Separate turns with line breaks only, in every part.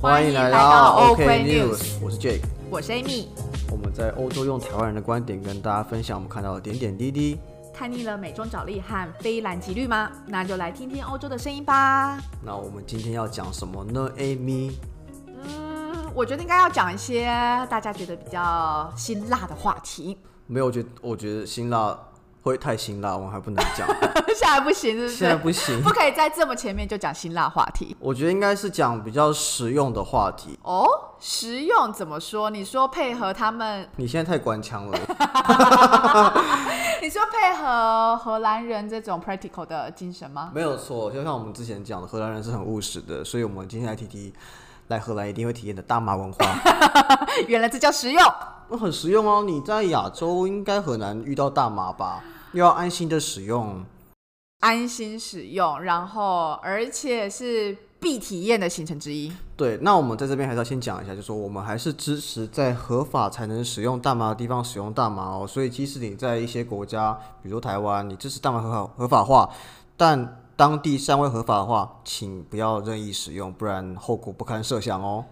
欢迎来到 OK News，我是 Jake，
我是 Amy。
我们在欧洲用台湾人的观点跟大家分享我们看到的点点滴滴。
看腻了美中角力和非蓝即绿吗？那就来听听欧洲的声音吧。
那我们今天要讲什么呢，Amy？
嗯，我觉得应该要讲一些大家觉得比较辛辣的话题。
没有，我觉得我觉得辛辣会太辛辣，我们还不能 讲，
现在不行，是不是？
现在不行
不。可以在这么前面就讲辛辣话题
我觉得应该是讲比较实用的话题。
哦。实用怎么说？你说配合他们，
你现在太官腔了，
你说配合荷兰人这种 practical 的精神吗？
没有错。就像我们之前讲的，荷兰人是很务实的，所以我们今天来提提来荷兰一定会体验的大麻文化。
原来这叫实用。
那很实用哦，你在亚洲应该很难遇到大麻吧？又要安心的使用，
安心使用，然后而且是必体验的行程之一。
对，那我们在这边还是要先讲一下，就说我们还是支持在合法才能使用大麻的地方使用大麻哦。所以，即使你在一些国家，比如说台湾，你支持大麻合法合法化，但当地尚未合法化，请不要任意使用，不然后果不堪设想哦。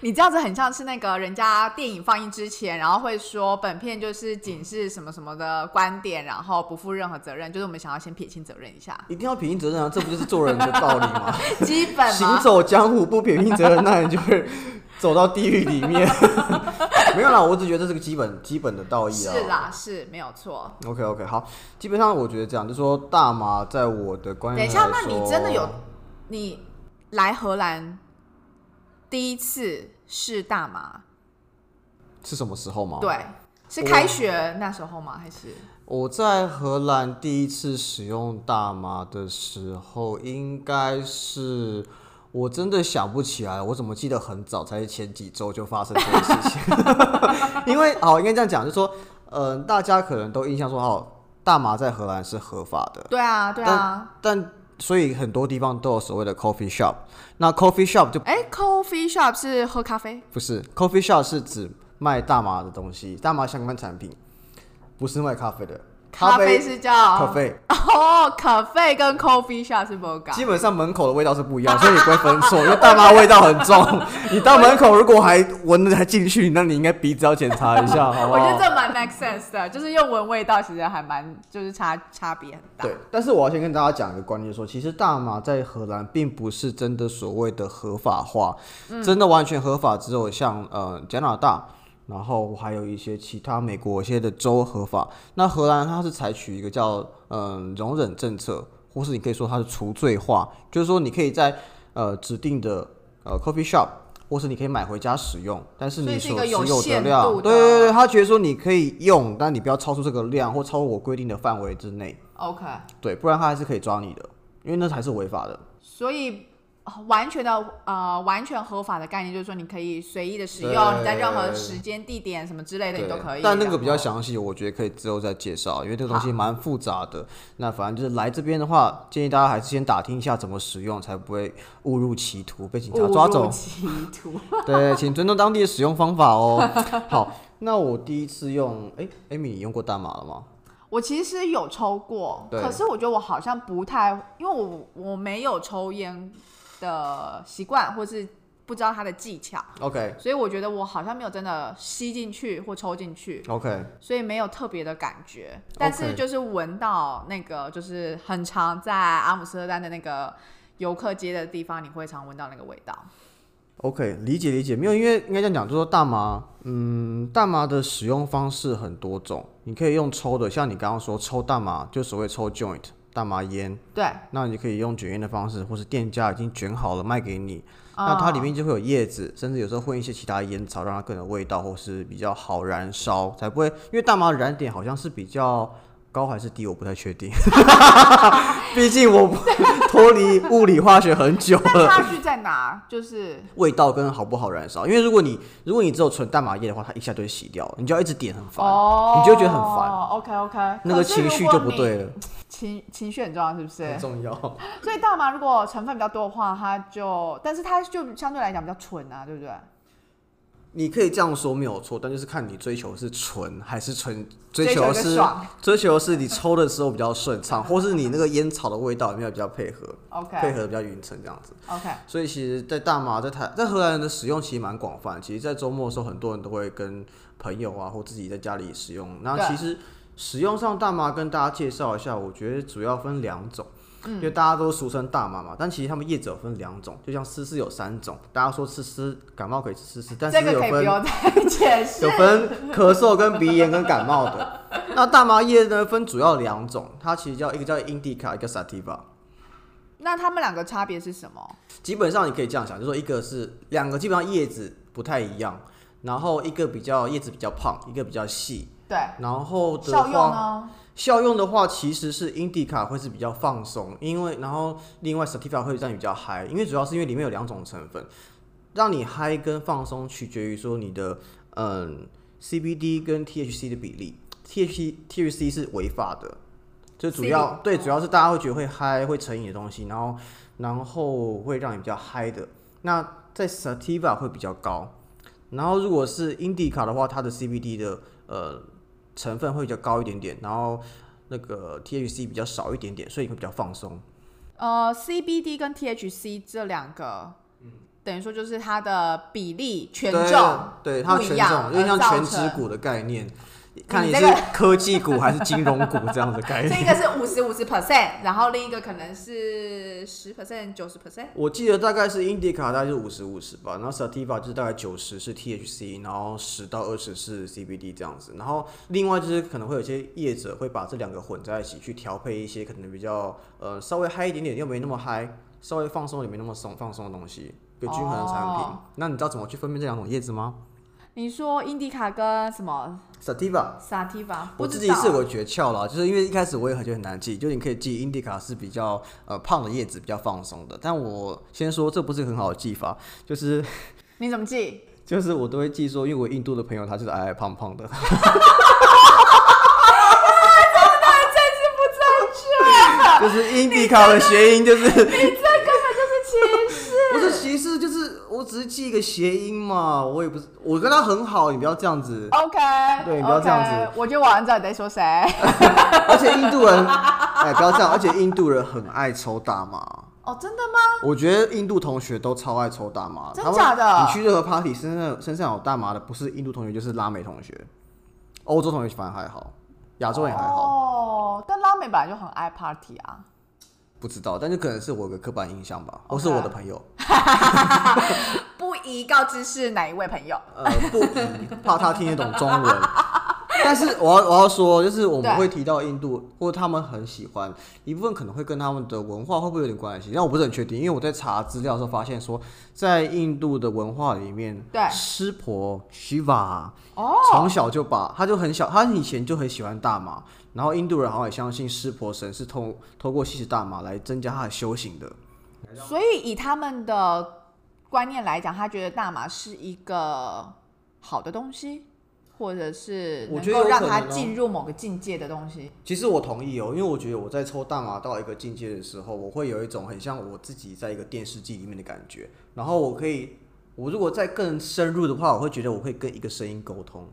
你这样子很像是那个人家电影放映之前，然后会说本片就是仅是什么什么的观点，然后不负任何责任，就是我们想要先撇清责任 一下，
一定要撇清责任啊，这不就是做人的道理吗？
基本
行
嘛。
走江湖不撇清责任，那你就会走到地狱里 面。没有啦，我只觉得这是个基本基本的道义啊。
是啦，是没有错。
OK OK，好，基本上我觉得这样，就说大麻在我的观
等
念
一
来
下
说，，
那你真的有你来荷兰第一次是大麻？
是什么时候吗？，
对，是
我
开学那时候吗？还是
我在荷兰第一次使用大麻的时候，应该是我真的想不起来，我怎么记得很早，才前几周就发生这件事情。 因为哦好，应该这样讲，就说，嗯、大家可能都印象说，哦，大麻在荷兰是合法的，
对啊，对啊。
但所以很多地方都有所谓的 coffee shop，那 coffee shop 就
哎、c o f f e e shop 是喝咖啡，
不是 coffee shop 是指卖大麻的东西，大麻相关产品，不是卖咖啡的。
咖啡
啡
是叫
咖啡，
哦，可啡跟 coffee shop 是不搞。
基本上门口的味道是不一样，所以你不会分 错，因为大麻味道很重。你到门口如果还闻得还进去，那你应该鼻子要检查一下，好不
我觉得
好？
这蛮 make sense 的，就是用闻味道，其实还蛮就是差差别很大。
对，但是我要先跟大家讲一个观念，说其实大麻在荷兰并不是真的所谓的合法化，
嗯
真的完全合法只有像呃加拿大，然后还有一些其他美国一些的州合法。那荷兰它是采取一个叫嗯、呃容忍政策，或是你可以说它是除罪化，就是说你可以在呃指定的呃 coffee shop。或是你可以买回家使用，但是
所以
你
是
所
一个
持
有
有
限
量，
度的
对对对，他觉得说你可以用，但你不要超出这个量或超过我规定的范围之内。
OK，
对，不然他还是可以抓你的，因为那才是违法的。
所以呃完全的呃完全合法的概念就是说，你可以随意的使
对
用，你在任何时间、地点什么之类的，你都可以。
但那个比较
然后
详细，我觉得可以之后再介绍，因为这个东西蛮复杂的。那反正就是来这边的话，建议大家还是先打听一下怎么使用，才不会误入歧途被警察抓
误
走
入。歧途。
对， 请尊重当地的使用方法哦。好，那我第一次用，哎、a m y 你用过大麻了 吗？
我其实有抽过，
对
可是我觉得我好像不太，因为我我没有抽烟的习惯，或是不知道它的技巧，
OK
所以我觉得我好像没有真的吸进去或抽进去，
OK，
所以没有特别的感觉。但是
OK
就是闻到那个，就是很常在阿姆斯特丹的那个游客街的地方，你会常闻到那个味道。
OK，理解理解，没有，因为应该这样讲，就说大麻，嗯，大麻的使用方式很多种，你可以用抽的，像你刚刚说抽大麻，就所谓抽 joint 大麻烟，
对，
那你可以用卷烟的方式，或是店家已经卷好了卖给你，
啊
那它里面就会有叶子，甚至有时候混一些其他烟草，让它更有味道，或是比较好燃烧，才不会，因为大麻的燃点好像是比较。高还是低，我不太确定， 毕竟我不 脱离物理化学很久了。
那差距在哪？就是
味道跟好不好燃烧。因为如果你如果你只有纯大麻叶的话，它一下就会洗掉，你就要一直点，很烦，
哦，
你就会觉得很烦，
OK OK，
那个情绪就不对，了，
情情绪很重要，是不是？
很重要。
所以大麻如果成分比较多的话，它就，但是它就相对来讲比较纯啊，对不对？
你可以这样说没有错，但就是看你追求是纯还是纯
追求
求
一个
是
爽
追求是你抽的时候比较顺畅，或是你那个烟草的味道有没有比较配合，配
OK
合比较匀称这样子。
OK，
所以其实，在大麻在台在荷兰人的使用其实蛮广泛。其实，在周末的时候，很多人都会跟朋友啊，或自己在家里使用。那
对
其实使用上大麻跟大家介绍一下，我觉得主要分两种，
嗯
因为大家都俗称大麻嘛，但其实他们业者有分两种，就像思思有三种，大家说思思感冒可以吃思思，但是
这
有
个可以不
分
用再解释
有。分咳嗽、跟鼻炎、跟感冒的。那大麻叶呢，分主要两种，它其实叫一个叫 indica，一个 sativa。
那他们两个差别是什么？
基本上你可以这样想，就说一个是两个基本上叶子不太一样，然后一个比较叶子比较胖，一个比较细。
对，
然后的
效用
话，
呢？
效用的话其实是 indica 会是比较放松，因为然后另外 sativa 会让你比较嗨，因为主要是因为里面有两种成分，让你嗨跟放松取决于说你的嗯 CBD 跟 THC 的比例，THC THC 是违法的，就主要
CBD
对主要是大家会觉得会嗨会成瘾的东西，然后然后会让你比较嗨的，那在 sativa 会比较高，然后如果是 indica 的话，它的 CBD 的呃成分会比较高一点点，然后那个 THC 比较少一点点，所以你会比较放松。
呃，CBD 跟 THC 这两个，等于说就是它的比例权重，
对它的
不
权
一样
重，有点
而
像
造
全
成
指股的概念，看
你
你
这
是
个
科技股还是金融股这样的概
这
念。
一个是五十五十 percent，然后另一个可能是十 percent、九十 percent。
我记得大概是 indica 大概是五十五十吧，然后 sativa 就是大概九十是 THC，然后十到二十是 CBD 这样子。然后另外就是可能会有些业者会把这两个混在一起去调配一些可能比较呃稍微嗨一点点又没那么嗨，稍微放松也没那么松放松的东西，一个均衡的产品。
哦
那你知道怎么去分辨这两种叶子吗
你说 indica 跟什么
？sativa。
sativa？
我
不
自
知
己
道
是有个诀窍啦，就是因为一开始我也很觉得很难记，就你可以记 indica 是比较呃胖的叶子，比较放松的。但我先说这不是很好的记法，就是
你怎么记？
就是我都会记说，因为我印度的朋友他就是矮矮胖胖的， 就是 indica 的谐音就是
这歧视。
不是歧视，就是我只是记一个谐音嘛，我也不是我跟他很好，你不要这样子。
OK，
对你不要这样子
OK，我觉得我好像知道你在说谁。
而且印度人，哎，不要这样，而且印度人很爱抽大麻。
哦，真的吗？
我觉得印度同学都超爱抽大麻，
真
他们
假的
你去任何 party，身上身上有大麻的，不是印度同学就是拉美同学，欧洲同学反而还好，亚洲人也还好，
哦，但拉美本来就很爱 party 啊。
不知道，但是可能是我有个刻板印象吧，或
OK 啊
是我的朋友，
不宜告知是哪一位朋友。
呃，不宜怕他听得懂中文。但是我要我要说，就是我
对
们会提到印度，或者他们很喜欢一部分，可能会跟他们的文化会不会有点关系？但我不是很确定，因为我在查资料的时候发现说，在印度的文化里面，
对
湿婆 Shiva
哦，
从小就把他就很小，他以前就很喜欢大麻，然后印度人好像也相信湿婆神是通透过吸食大麻来增加他的修行的。
所以以他们的观念来讲，他觉得大麻是一个好的东西，或者是
我
能
觉得
够
有
让
可
他
能哦
进入某个境界的东西。
其实我同意哦，因为我觉得我在抽大麻到一个境界的时候，我会有一种很像我自己在一个电视机里面的感觉。然后我可以，我如果再更深入的话，我会觉得我会跟一个声音沟通，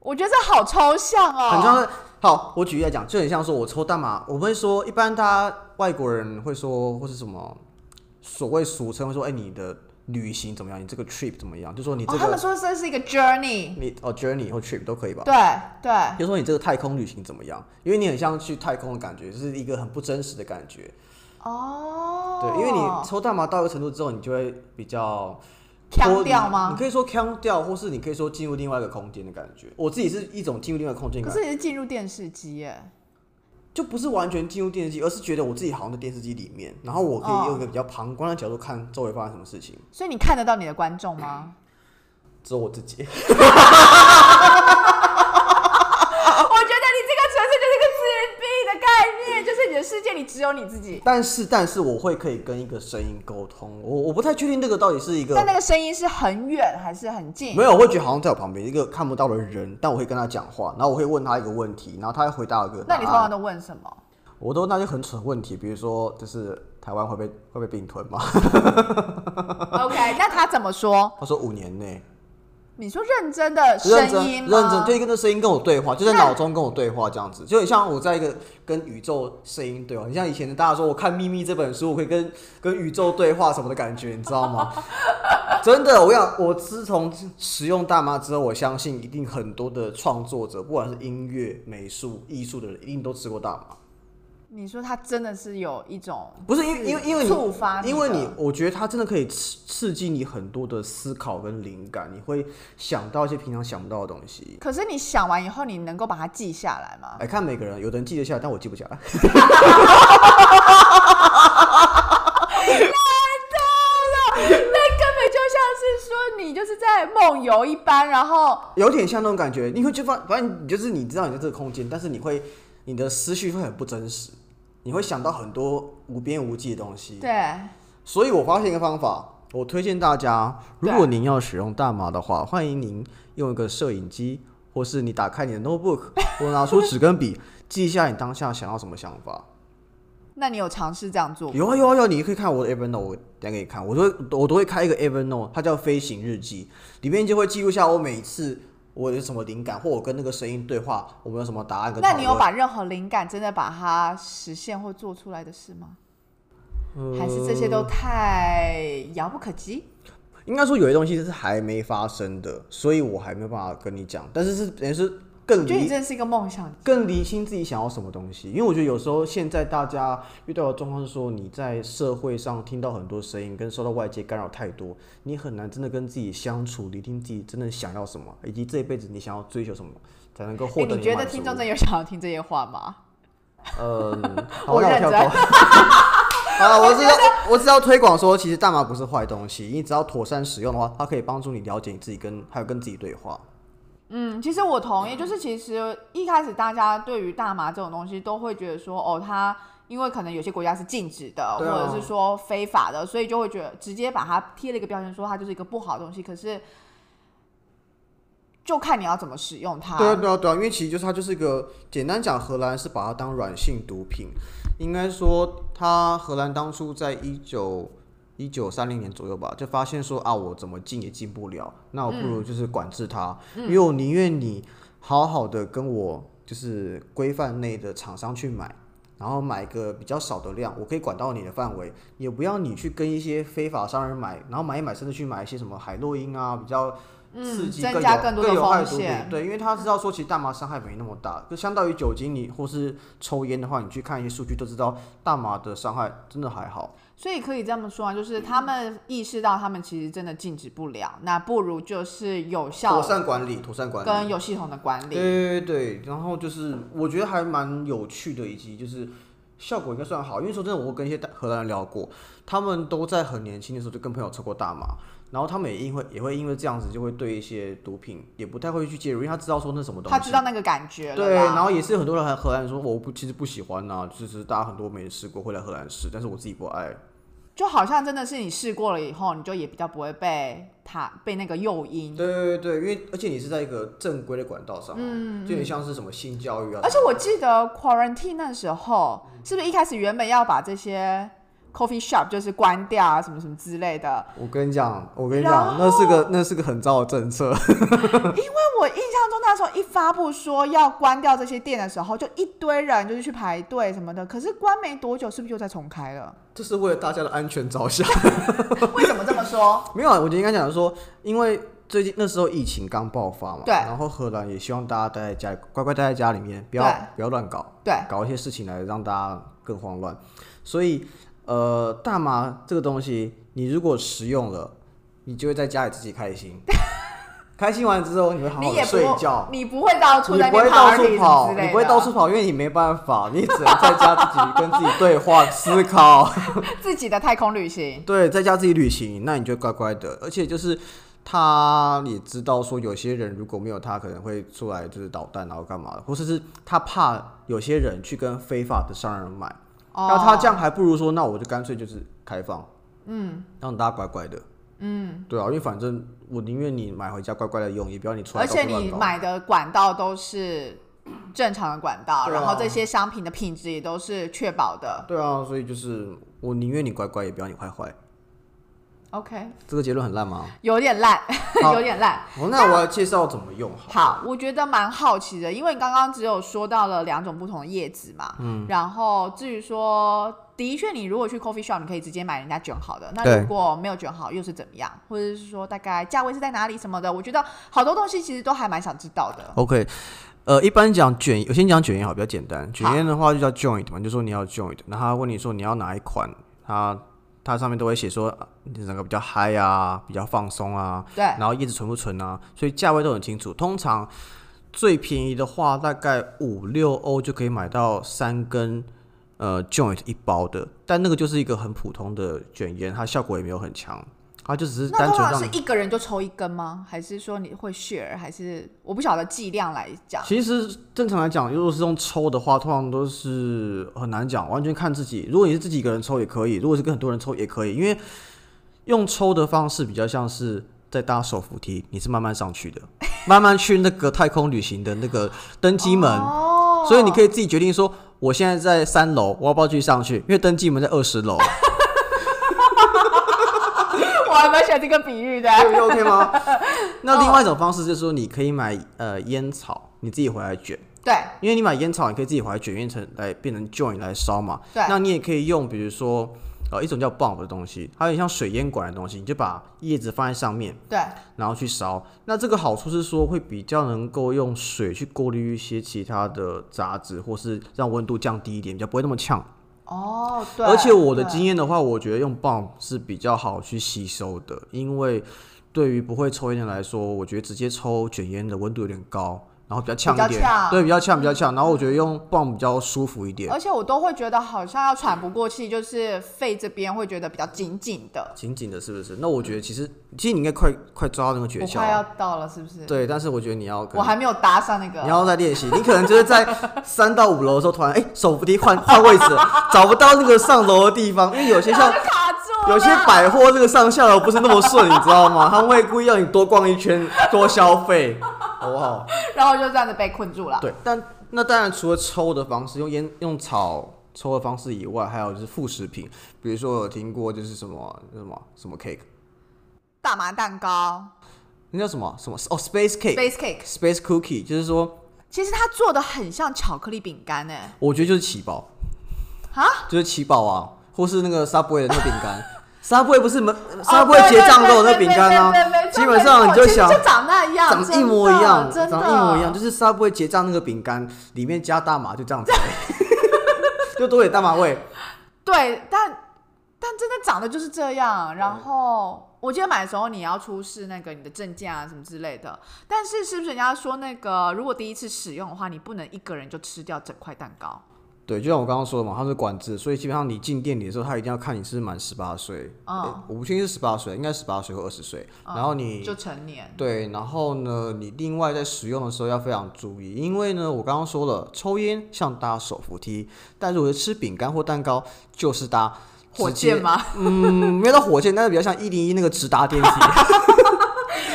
我觉得这好抽象哦，
很像是。好，我举例来讲，就很像说我抽大麻，我会说，一般大家外国人会说或是什么所谓俗称会说，哎、你的旅行怎么样？你这个 trip 怎么样？就说你这
哦，他
个、
们说这是一个 journey，
你哦 journey 或 trip 都可以吧？
对啊对，
就说你这个太空旅行怎么样？因为你很像去太空的感觉，就是一个很不真实的感觉。
哦，
对，因为你抽大麻到一个程度之后，你就会比较
腔
脱离
调
你
吗？
可以说腔调，或是你可以说进入另外一个空间的感觉。我自己是一种进入另外一个空间
可
感，
是你是进入电视机耶，
就不是完全进入电视机，而是觉得我自己好像在电视机里面，然后我可以用一
哦
个比较旁观的角度看周围发生什么事情，
所以你看得到你的观众吗？
只有我自己。 啊
我觉得你这个纯粹就是一个自闭的概念，就是你的世界里只有你自己。
但是，但是我会可以跟一个声音沟通，我我不太确定这个到底是一个
但那个声音是很远还是很近？
没有，我会觉得好像在我旁边一个看不到的人，但我会跟他讲话，然后我会问他一个问题，然后他会回答我一个答
那
案。
你通常都问什么？
我都那些很蠢的问题，比如说就是台湾会被会被并吞吗？
OK，那他怎么说？
他说五年内，
你说认真的
认
声
真
音
认
吗？
真，就一个那声音跟我对话，就在
那
脑中跟我对话这样子，就很像我在一个跟宇宙声音对话。你像以前的大家说，我看《秘密》这本书，我可以跟跟宇宙对话什么的感觉，你知道吗？ 真的，我跟你讲，我自从使用大麻之后，我相信一定很多的创作者，不管是音乐、美术、艺术的人，一定都吃过大麻。
你说他真的是有一种
不是因为因为因为你
触发你的
因为你，我觉得它真的可以刺刺激你很多的思考跟灵感，你会想到一些平常想不到的东西。
可是你想完以后，你能够把它记下来 吗？
哎，看每个人，有的人记得下来，但我记不下来。
那根本就像是说你就是在梦游一般，然后
有点像那种感觉，你会就发，反正你就是你知道你在这个空间，但是你会你的思绪会很不真实，你会想到很多无边无际的东西。
对，
所以我发现一个方法，我推荐大家，如果您要使用大麻的话，欢迎您用一个摄影机，或是你打开你的 notebook，或拿出纸跟笔，记一下你当下想要什么想法。
那你有尝试这样做吗？
有啊有啊有啊，你可以看我的 Evernote，我等一下给你看。我都会我都会开一个 Evernote，它叫飞行日记，里面就会记录下我每一次我有什么灵感，或我跟那个声音对话，我们有什么答案跟讨
那
论。
你有把任何灵感真的把它实现或做出来的事吗？还是这些都太遥不可及？
呃应该说有些东西是还没发生的，所以我还没有办法跟你讲，但是是等于是更
我觉得
离
你真的是一个梦想家。
更厘清自己想要什么东西。因为我觉得有时候现在大家遇到的状况是说，你在社会上听到很多声音，跟受到外界干扰太多，你很难真的跟自己相处，厘清自己真的想要什么，以及这一辈子你想要追求什么，才能够获
哎，
得
你
你的
觉得
满足。
听众真的有想要听这些话吗？
嗯，
我
好，那我
认
跳
真啊
过。 好了，我是要我是要推广说，其实大麻不是坏东西，你只要妥善使用的话，它可以帮助你了解你自己跟还有跟自己对话。
嗯，其实我同意，就是其实一开始大家对于大麻这种东西都会觉得说，哦，它因为可能有些国家是禁止的，
对啊
或者是说非法的，所以就会觉得直接把它贴了一个标签，说它就是一个不好的东西。可是就看你要怎么使用它。
对啊，对啊，对啊，因为其实就是它就是一个简单讲，荷兰是把它当软性毒品，应该说它荷兰当初在一九一九三零年左右吧，就发现说啊，我怎么禁也禁不了，那我不如就是管制它，因为我宁愿你好好的跟我就是规范内的厂商去买。然后买个比较少的量，我可以管到你的范围，也不要你去跟一些非法商人买，然后买一买，甚至去买一些什么海洛因啊，比较刺
嗯，
激
增
更
加
有
更多
更
的
有害
风
毒品
险。。
对，因为他知道说，其实大麻伤害没那么大，就相当于酒精你或是抽烟的话，你去看一些数据都知道，大麻的伤害真的还好。
所以可以这么说啊，就是他们意识到他们其实真的禁止不了，那不如就是有效
妥善管理，妥善管
跟
理。
有系统的管理。
对对对，然后就是我觉得还蛮有趣的，以及就是效果应该算好，因为说真的，我跟一些大荷兰人聊过，他们都在很年轻的时候就跟朋友抽过大麻，然后他们也因为也会因为这样子就会对一些毒品也不太会去介入，因为他知道说那什么东西，
他知道那个感觉了啦。
对，然后也是有很多人来荷兰说，我不其实不喜欢呐、就是大家很多没试过会来荷兰试，但是我自己不爱。
就好像真的是你试过了以后，你就也比较不会被它被那个诱因。
对对对，因为而且你是在一个正规的管道上，嗯，就有点像是什么性教育啊
而，且我记得 quarantine 那时
嗯
候，是不是一开始原本要把这些 coffee shop 就是关掉啊，什么什么之类 的？
我跟你讲，我跟你
然
讲，那是个那是个很糟的政策。
但我印象中那时候一发布说要关掉这些店的时候，就一堆人就是去排队什么的。可是关没多久，是不是又再重 开了？
这是为了大家的安全着想。
为什么这么说？
没有啊，我觉得应该讲说，因为最近那时候疫情刚爆发嘛，
对
然后荷兰也希望大家待在家里，乖乖待在家里面，不要
对
不要乱搞。
对，
搞一些事情来让大家更慌乱。所以，呃，大麻这个东西，你如果食用了，你就会在家里自己开 心。开心完之后，你会好好
你
的
也
睡
不
觉，
你不会到处
你
在那
不会
边
到处
party 什
跑，
么之
你
类的，
不会到处跑，因为你没办法，你只能在家自己跟自己对话、思考。
自己的太空旅行。
对，在家自己旅行，那你就乖乖的。而且就是他也知道说，有些人如果没有他，可能会出来就是捣蛋，然后干嘛的，或者是他怕有些人去跟非法的商人买。
哦
那他这样还不如说，那我就干脆就是开放，嗯，让大家乖乖的，嗯，对啊，因为反正我宁愿你买回家乖乖的用，也不要你出来
哦而
到
且
处乱
你
搞
买的管道都是正常的管道，
对啊
然后这些商品的品质也都是确保的。
对啊，所以就是我宁愿你乖乖，也不要你坏坏。
OK，
这个结论很烂吗？
有点烂，
好
有点烂。
哦， 那我要介绍怎么用好。
好，我觉得蛮好奇的，因为你刚刚只有说到了两种不同的叶子嘛，嗯，然后至于说，的确你如果去 coffee shop，你可以直接买人家卷好的，那
对
如果没有卷好又是怎么样，或者是说大概价位是在哪里什么的，我觉得好多东西其实都还蛮想知道的。
OK，呃，一般讲卷，我先讲卷烟好，比较简单。卷烟的话就叫 joint 嘛，就说你要 joint，那他问你说你要哪一款，它它上面都会写说啊你整个比较嗨啊，比较放松啊，
对，
然后叶子纯不纯啊，所以价位都很清楚。通常最便宜的话，大概五六欧就可以买到三根。呃，joint 一包的，但那个就是一个很普通的卷烟，它效果也没有很强，它就只是
那
单
通
纯
常
让
是
你。
一个人就抽一根吗？还是说你会 share？还是我不晓得剂量来讲？
其实正常来讲，如果是用抽的话，通常都是很难讲，完全看自己。如果你是自己一个人抽也可以，如果是跟很多人抽也可以，因为用抽的方式比较像是在搭手扶梯，你是慢慢上去的， 慢慢去那个太空旅行的那个登机门，
哦，
所以你可以自己决定说，我现在在三楼，我要不要继续上去？因为登机门在二十楼，
我还蛮喜欢这个比喻的。
对 OK 吗？那另外一种方式就是说，你可以买呃烟草，你自己回来卷。
对，
因为你买烟草，你可以自己回来卷烟成来变成 joint 来烧嘛。
对
那你也可以用，比如说呃一种叫 bomb 的东西，还有像水烟管的东西，你就把叶子放在上面，
对，
然后去烧。那这个好处是说会比较能够用水去过滤一些其他的杂质，或是让温度降低一点，比较不会那么呛。
哦，对。
而且我的
对
经验的话，我觉得用 bomb 是比较好去吸收的，因为对于不会抽烟的来说，我觉得直接抽卷烟的温度有点高。然后比较呛一
比
点
较呛，
对，比较呛，比较呛。然后我觉得用 bomb 比较舒服一点，
而且我都会觉得好像要喘不过气，就是肺这边会觉得比较紧紧的，
紧紧的，是不是？那我觉得其实，其实你应该快快抓到那个诀
我
窍
快
啊，
要到了，是不是？，
对。但是我觉得你要可能，
我还没有搭上那
你
个。
要再练习。你可能就是在三到五楼的时候，突然哎、手扶梯换换位置了，找不到那个上楼的地方，因为有些
然后
像
就 卡住了，
有些百货这个上下楼不是那么顺，你知道吗？ 他们会故意让你多逛一圈， 多消费，好不好？
然后就这样子被困住了。
对，但那当然除了抽的方式，用烟用草抽的方式以外，还有就是副食品，比如说我有听过就是什么什么什么 cake，
大麻蛋糕
那叫什么什么哦 space cake
，base cake，
space cookie，就是说
其实它做的很像巧克力饼干欸诶。
我觉得就是起爆，
啊，
就是起爆啊，或是那个 subway 的那个饼 干。Subway 不是门
哦对
，Subway
对
结账都有那
对
饼干啊
哦对对对对，
基本上你
没错
想
其实就长那样，
长一模一样，
啊真的
长一模一样，就是 Subway 结账那个饼干里面加大麻，就这样子， 就多点大麻味。
对，但但真的长得就是这样。然后我记得买的时候你要出示那个你的证件啊什么之类的，但是是不是人家说那个如果第一次使用的话，你不能一个人就吃掉整块蛋糕？
对，就像我刚刚说的嘛，它是管制，所以基本上你进店里的时候，他一定要看你是不是满十八岁。
嗯
诶我不确定是十八岁，应该十八岁或二十岁。然后你
就成年，
对，然后呢，你另外在使用的时候要非常注意，因为呢，我刚刚说了，抽烟像搭手扶梯，但如果是吃饼干或蛋糕，就是搭
火
直接
箭？吗？
嗯，没有到火箭，但是比较像一零一那个直达电梯。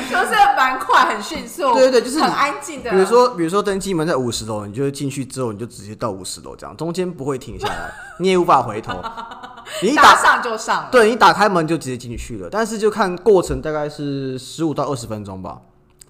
就是蛮快，很迅速，
对对对就是
很
你
安静的。
比如说，比如说登机门在五十楼，你就进去之后，你就直接到五十楼，这样中间不会停下来，你也无法 回头。你一
搭
打，
上就上了，
对你打开门就直接进去了，但是就看过程大概是十五到二十分钟吧，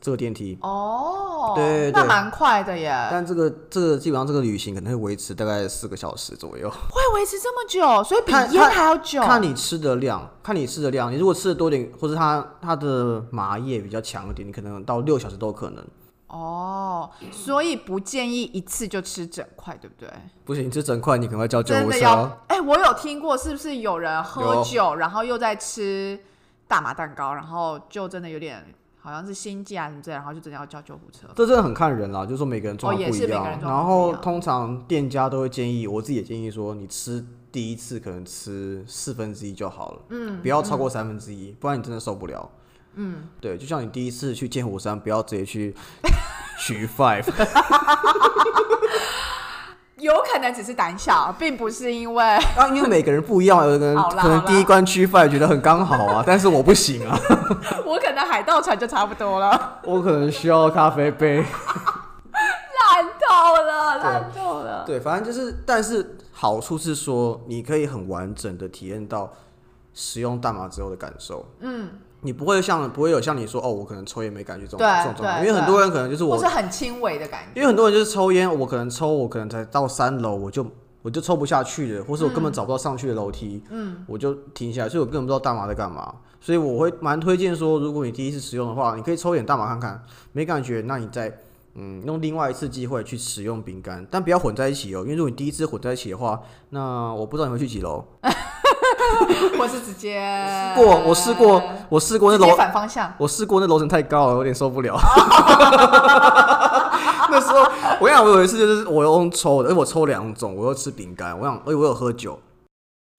这个电梯。
哦，
对对
那蛮快的耶，
但这个这个基本上这个旅行可能会维持大概四个小时左右，
会维持这么久，所以比
看
烟还要久。
看你吃的量，看你吃的量。你如果吃的多点，或是它它的麻叶比较强一点，你可能到六小时都有可能。
哦，所以不建议一次就吃整块，对不对？
不行，你吃整块，你可能要叫救
真
护
的
车
要
哦。
哎、我有听过，是不是有人喝酒，然后又在吃大麻蛋糕，然后就真的有点好像是心悸啊什么之类，然后就真的要叫救护车。
这真的很看人啦，就是说每个人状
哦
况
也
不
是
一样。
每个人状
然
况不一样
后通常店家都会建议，我自己也建议说，你吃第一次可能吃四分之一就好了，嗯，不要超过三分之一，不然你真的受不了。嗯，对，就像你第一次去剑湖山，不要直接去 徐 Five，
有可能只是胆小，并不是因 为
啊，因为每个人不一样，有的人
好啦
可能
好啦
第一关区 Five 觉得很刚好啊，但是我不行啊，
我可能海盗船就差不多了，
我可能需要咖啡杯。
烂透烂透了。
对，反正就是，但是好处是说，你可以很完整的体验到使用大麻之后的感受。嗯，你不会像不会有像你说哦，我可能抽烟没感觉这种
对
这种状态，
对
因为很多人可能就是
或
我，
是很轻微的感觉。
因为很多人就是抽烟，我可能抽，我可能才到三楼我就。我就抽不下去了，或是我根本找不到上去的楼梯，嗯，我就停下来，所以我根本不知道大麻在干嘛，所以我会蛮推荐说，如果你第一次使用的话，你可以抽一点大麻看看，没感觉，那你再嗯，用另外一次机会去使用饼干，但不要混在一起哦，因为如果你第一次混在一起的话，那我不知道你会去几楼。
或是直接
过我试过，我试过那
直接
楼，
反方向，
我试过那楼层太高了，有点受 不了。那时候我跟你讲，我有一次就是我用抽哎的，而且我抽两种，我又吃饼干，我想，而且我有喝酒，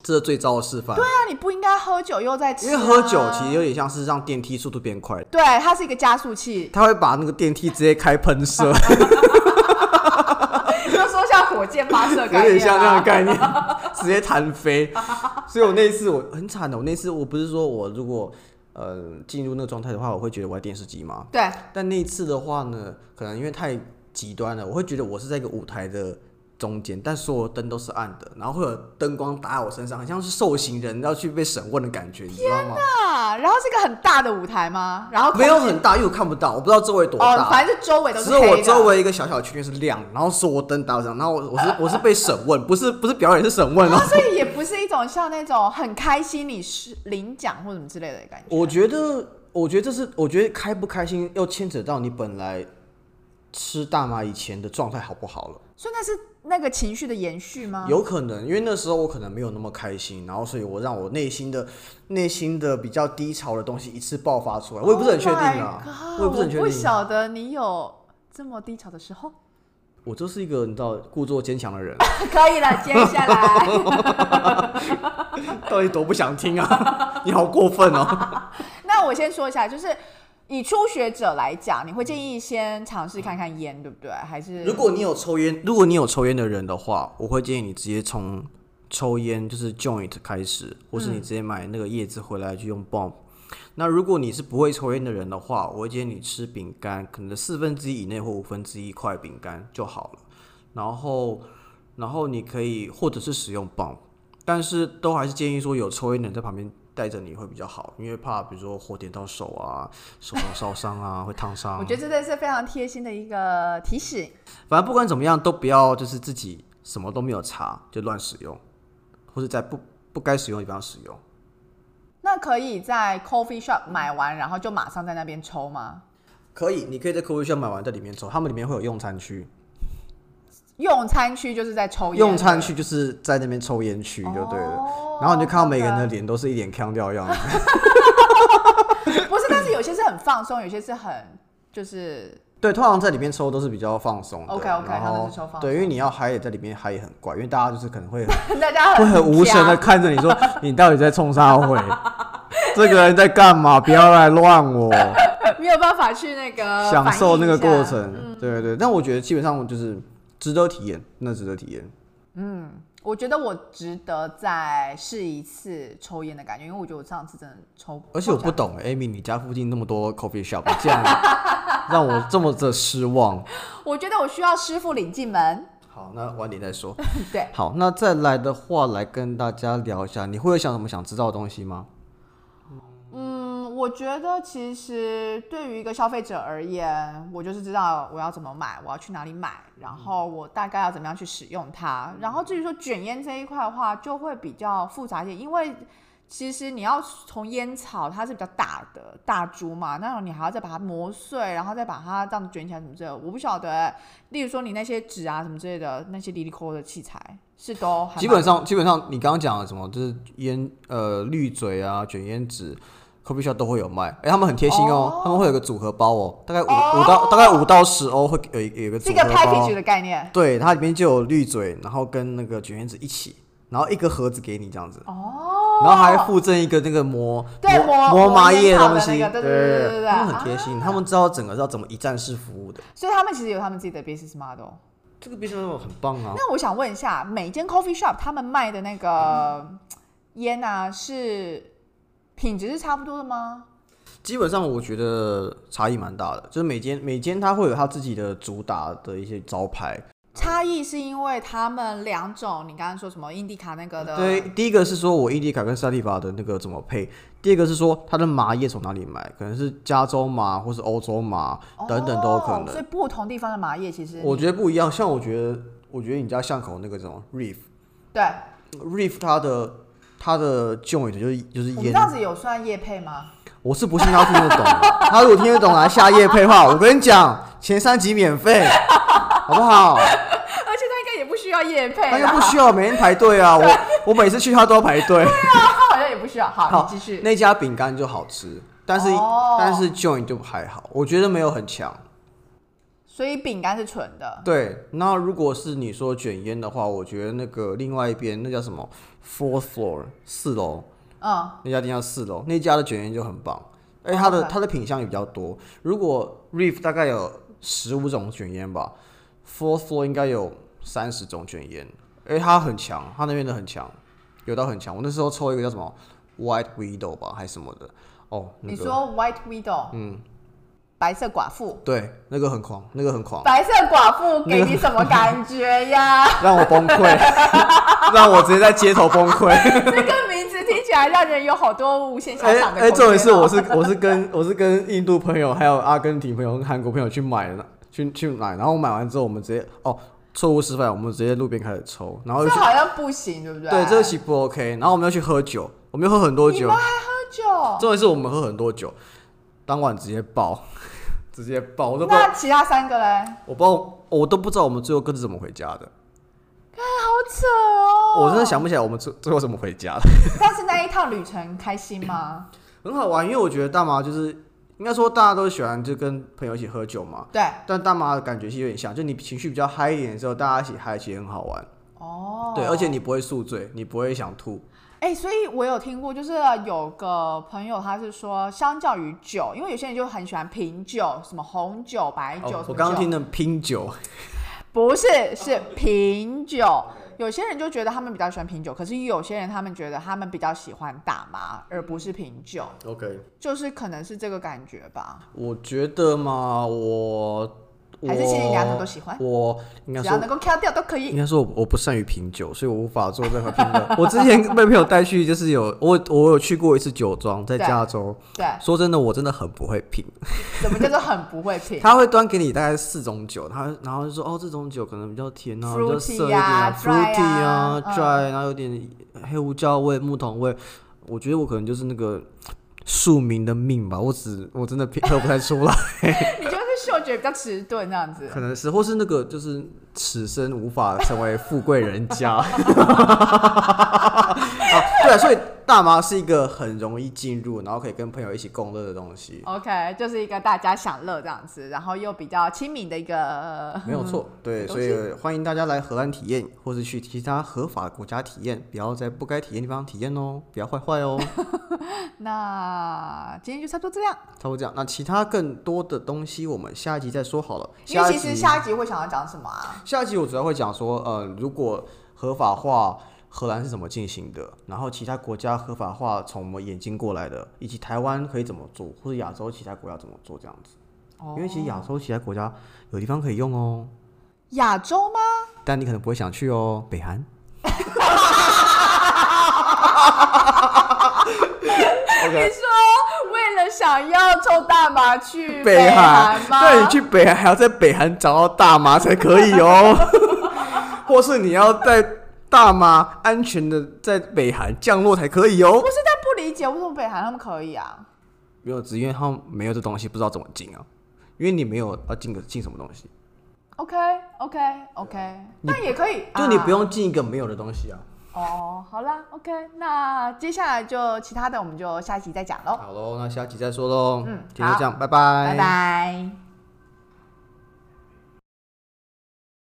这是最糟的示范。对、
那你不应该喝酒又在吃、啊
因为喝酒其实有点像是让电梯速度变快，
对，它是一个加速器，
它会把那个电梯直接开喷射。
就说像火箭发射
有
概
点
念
像那
啊
种概念， 直接弹飞。所以我那一次我很惨的，我那次我不是说我如果呃进入那个状态的话，我会觉得我在电视机嘛。
对，
但那一次的话呢，可能因为太极端了，我会觉得我是在一个舞台的中间，但所有灯都是暗的，然后会有灯光打我身上，很像是受刑人要去被审问的感觉，你知道吗？
啊，然后是一个很大的舞台吗？然后
没有很大，因为我看不到，我不知道周围多大。
哦，反正就周围都
只
是
有我
黑
周
的。
围一个小小区域是亮，然后所有灯打我身上，然后我我是我是被审问，不是不是表演是审问
然
哦
后，。所以也不是一种像那种很开心你是领奖或什么之类的感觉。
我觉得，我觉得这是，我觉得开不开心要牵扯到你本来吃大麻以前的状态好不好了，
所以那是那个情绪的延续吗？
有可能，因为那时候我可能没有那么开心，然后所以我让我内心的内心的比较低潮的东西一次爆发出来，我也不是很确定
Oh
啊
my，god，
我也不是很确
我不
定，
晓得你有这么低潮的时候。
我就是一个你知道故作坚强的人，
可以了，接下来。
到底多不想听啊， 你好过分哦、
那我先说一下，就是以初学者来讲，你会建议先尝试看看烟，对不对？还是
嗯如果你有抽烟，如果你有抽烟的人的话，我会建议你直接从抽烟就是 joint 开始，或是你直接买那个叶子回来去用 bomb。那如果你是不会抽烟的人的话，我会建议你吃饼干，可能四分之一以内或五分之一块饼干就好了。然后，然后你可以或者是使用 bomb，但是都还是建议说有抽烟的人在旁边带着你会比较好，因为怕比如说火点到手啊，手上烧伤啊，会烫伤。
我觉得这真的是非常贴心的一个提醒。
反正不管怎么样，都不要就是自己什么都没有查就乱使用，或者在不不该使用的地方使用。
那可以在 coffee shop 买完，然后就马上在那边抽吗？
可以，你可以在 coffee shop 买完在里面抽，他们里面会有用餐区，
用餐区就是在抽烟，
用餐区就是在那边抽烟区就对了。
哦
然后你就看到每个人的脸都是一脸腔调的样子，
不是，但是有些是很放松，有些是很就是
对，通常在里面抽都是比较放松的。
OK，OK，
然
他们
后
是抽放松
对，因为你要嗨也在里面嗨也很怪，因为大家就是可能 会会
大家很
很无神的
的。
看着你 说你到底在冲啥会，这个人在干嘛？不要来乱我。
没有办法去那个
享受那个
呃反应
过
一下嗯
程。对对对，但我觉得基本上就是值得体验，那值得体验。
我觉得我值得再试一次抽烟的感觉，因为我觉得我上次真的抽，
而且我不懂，Amy，你哎家附近那么多 coffee shop，你竟然 让我这么的失望。
我觉得我需要师傅领进门。
好，那晚点再说。
对，
好，那再来的话，来跟大家聊一下，你会有想什么想知道的东西吗？
嗯，我觉得其实对于一个消费者而言，我就是知道我要怎么买，我要去哪里买，然
嗯
后我大概要怎么样去使用它。然后至于说卷烟这一块的话，就会比较复杂一点，因为其实你要从烟草它是比较大的大株嘛，那种你还要再把它磨碎，然后再把它这样卷起来什么之类的，我不晓得欸、例如说你那些纸啊什么之类的，那些离离扣的器材是都还
基
蛮
本上，基本上你刚刚讲的什么，就是烟呃绿嘴啊、卷烟纸。coffee shop 都会有卖，哎、他们很贴心哦，他们会有个组合包哦，大概五五、到大概五到十欧会有一有一个
是
组
一
合
个
包。哦
package 的概念。
对，它里面就有绿嘴，然后跟那个卷烟纸一起，然后一个盒子给你这样子，
哦，
然后还附赠一个那个磨
对磨
磨麻
磨
叶
烟草的
东西，
那个对对对对啊对对
他们很贴心，他们知道整个要怎么一站式服务的，
所以他们其实有他们自己的 business model。
这个 business 很棒啊。
那我想问一下，每间 coffee shop 他们卖的那个烟啊，是品质是差不多的吗？
基本上我觉得差异蛮大的，就是每间每间它会有它自己的主打的一些招牌，
差异是因为他们两种，你刚刚说什么印第卡那个的，
对，，第一个是说我印第卡跟萨蒂法的那个怎么配，第二个是说它的麻叶从哪里买，可能是加州麻或是欧洲麻等等都有可
哦。
能。
所以不同地方的麻叶其实
我觉得不一样，像我觉得，我觉得你家巷口那个什么 reef，reef
对，
它的它的用语就是就是
我们
烟
这，样子有算叶配吗？
我是不信他听得懂的，他如果听得懂来下夜配的话，我跟你讲，前三集免费，好不好？
而且他应该也不需要叶配啊
他又
啦，
不需要每天排队啊，我我每次去他都要排队。
他好像也不需要。好，
好
啊你继续。
那家饼干就好吃，但是、
哦
但是 Join 就还好，我觉得没有很强。
所以饼干是纯的，
对，那如果是你说卷烟的话，我觉得那个另外一边那叫什么 Fourth Floor 四楼
嗯，
那家店叫四楼，那家的卷烟就很棒，而且它的
OK
它的品相也比较多。如果 Reef 大概有十五种卷烟吧，Fourth Floor 应该有三十种卷烟，而且它很强，它那边的很强，有到很强。我那时候抽一个叫什么 White Widow 吧，还是什么的。哦，那
你
个。
说 White Widow，嗯，白色寡妇，
对，那个很狂，那个很狂，
白色寡妇给你什么感觉呀？
让我崩溃， 让我直接在街头崩溃。
这个名字听起来让人有好多无限遐
哎
想的空间哦。
哎，重点是我是我是跟我是跟印度朋友、还有阿根廷朋友、跟韩国朋友去买的，去去买，然后买完之后我们直接哦错误示范，我们直接路边开始抽，然后
这
就去
好像不行，对不对？
对这个其实不 OK，然后我们要去喝酒，我们又喝很多
你
酒
们，还喝酒？
重点是我们喝很多酒，当晚直接爆， 直接爆，我都不知道
那其他三个嘞？
我不知道我都不知道我们最后各自怎么回家的，
好扯哦！
我真的想不起来我们最最后怎么回家的。
但是那一趟旅程开心吗？
很好玩，因为我觉得大麻就是应该说大家都喜欢就跟朋友一起喝酒嘛，
对，
但大麻的感觉是有点像，就你情绪比较嗨一点的时候，大家一起嗨其实很好玩。
哦，
对，而且你不会宿醉，你不会想吐。
哎、所以我有听过，就是有个朋友他是说，相较于酒，因为有些人就很喜欢品酒，什么红酒、白哎酒，
哦
什
我
么
刚刚
酒
听的拼酒，
不是是品酒。有些人就觉得他们比较喜欢品酒，可是有些人他们觉得他们比较喜欢大麻，而不是品酒，
OK，
就是可能是这个感觉吧。
我觉得嘛，我我
还是其实你两种都喜欢
我应该
只要
说。
能够挑掉都可以
应。该说我，我不善于品酒，所以我无法做任何评论。 我之前被朋友带去，就是有我，我有去过一次酒庄，在
对
加州。
对，
说真的，我真的很不会品。
怎么叫做很不会品？
他会端给你大概四种酒，他然后就说哦，这种酒可能比较甜啊，比较涩一点
Fruity 啊
fruity 啊
dry 啊嗯
，dry，然后有点黑胡椒味、木桶味。我觉得我可能就是那个庶民的命吧，我只我真的品喝不太出 来，
你就是嗅觉比较迟钝这样子
可。能是，或是那个就是此生无法成为富贵人家。 啊，对啊，所以大麻是一个很容易进入，然后可以跟朋友一起共乐的东西，
OK，就是一个大家享乐这样子，然后又比较亲民的一个
没有错，对，
啊嗯东
所以欢迎大家来荷兰体验，或是去其他合法国家体验，不要在不该体验的地方体验哦，不要坏坏哦。
那今天就差不多这样，
差不多这样，那其他更多的东西我们下一集再说好了。
因为
下一
其实
集
下一集会想要讲什么啊？
下一集我主要会讲说，呃，如果合法化荷兰是怎么进行的，然后其他国家合法化从我们眼睛过来的，以及台湾可以怎么做，或者亚洲其他国家怎么做这样子。
哦
因为其实亚洲其他国家有地方可以用哦，
亚洲吗？
但你可能不会想去哦，北韩。
你说为了想要抽大麻去
北
韩
韩，
吗？
对你去北韩还要在北韩找到大麻才可以哦，或是你要在大麻安全的在北韩降落才可以哦
我。是在不理解为什么北韩他们可以啊？
没有，只因为他们没有这东西，不知道怎么进啊。因为你没有要进个进什么东西，
OK OK OK，但也可以，
就你
啊
不用进一个没有的东西啊。
哦。好啦，OK，那接下来就其他的我们就下一集再讲喽，
好喽，那下期再说喽。
嗯
今天就这样，拜拜，
拜拜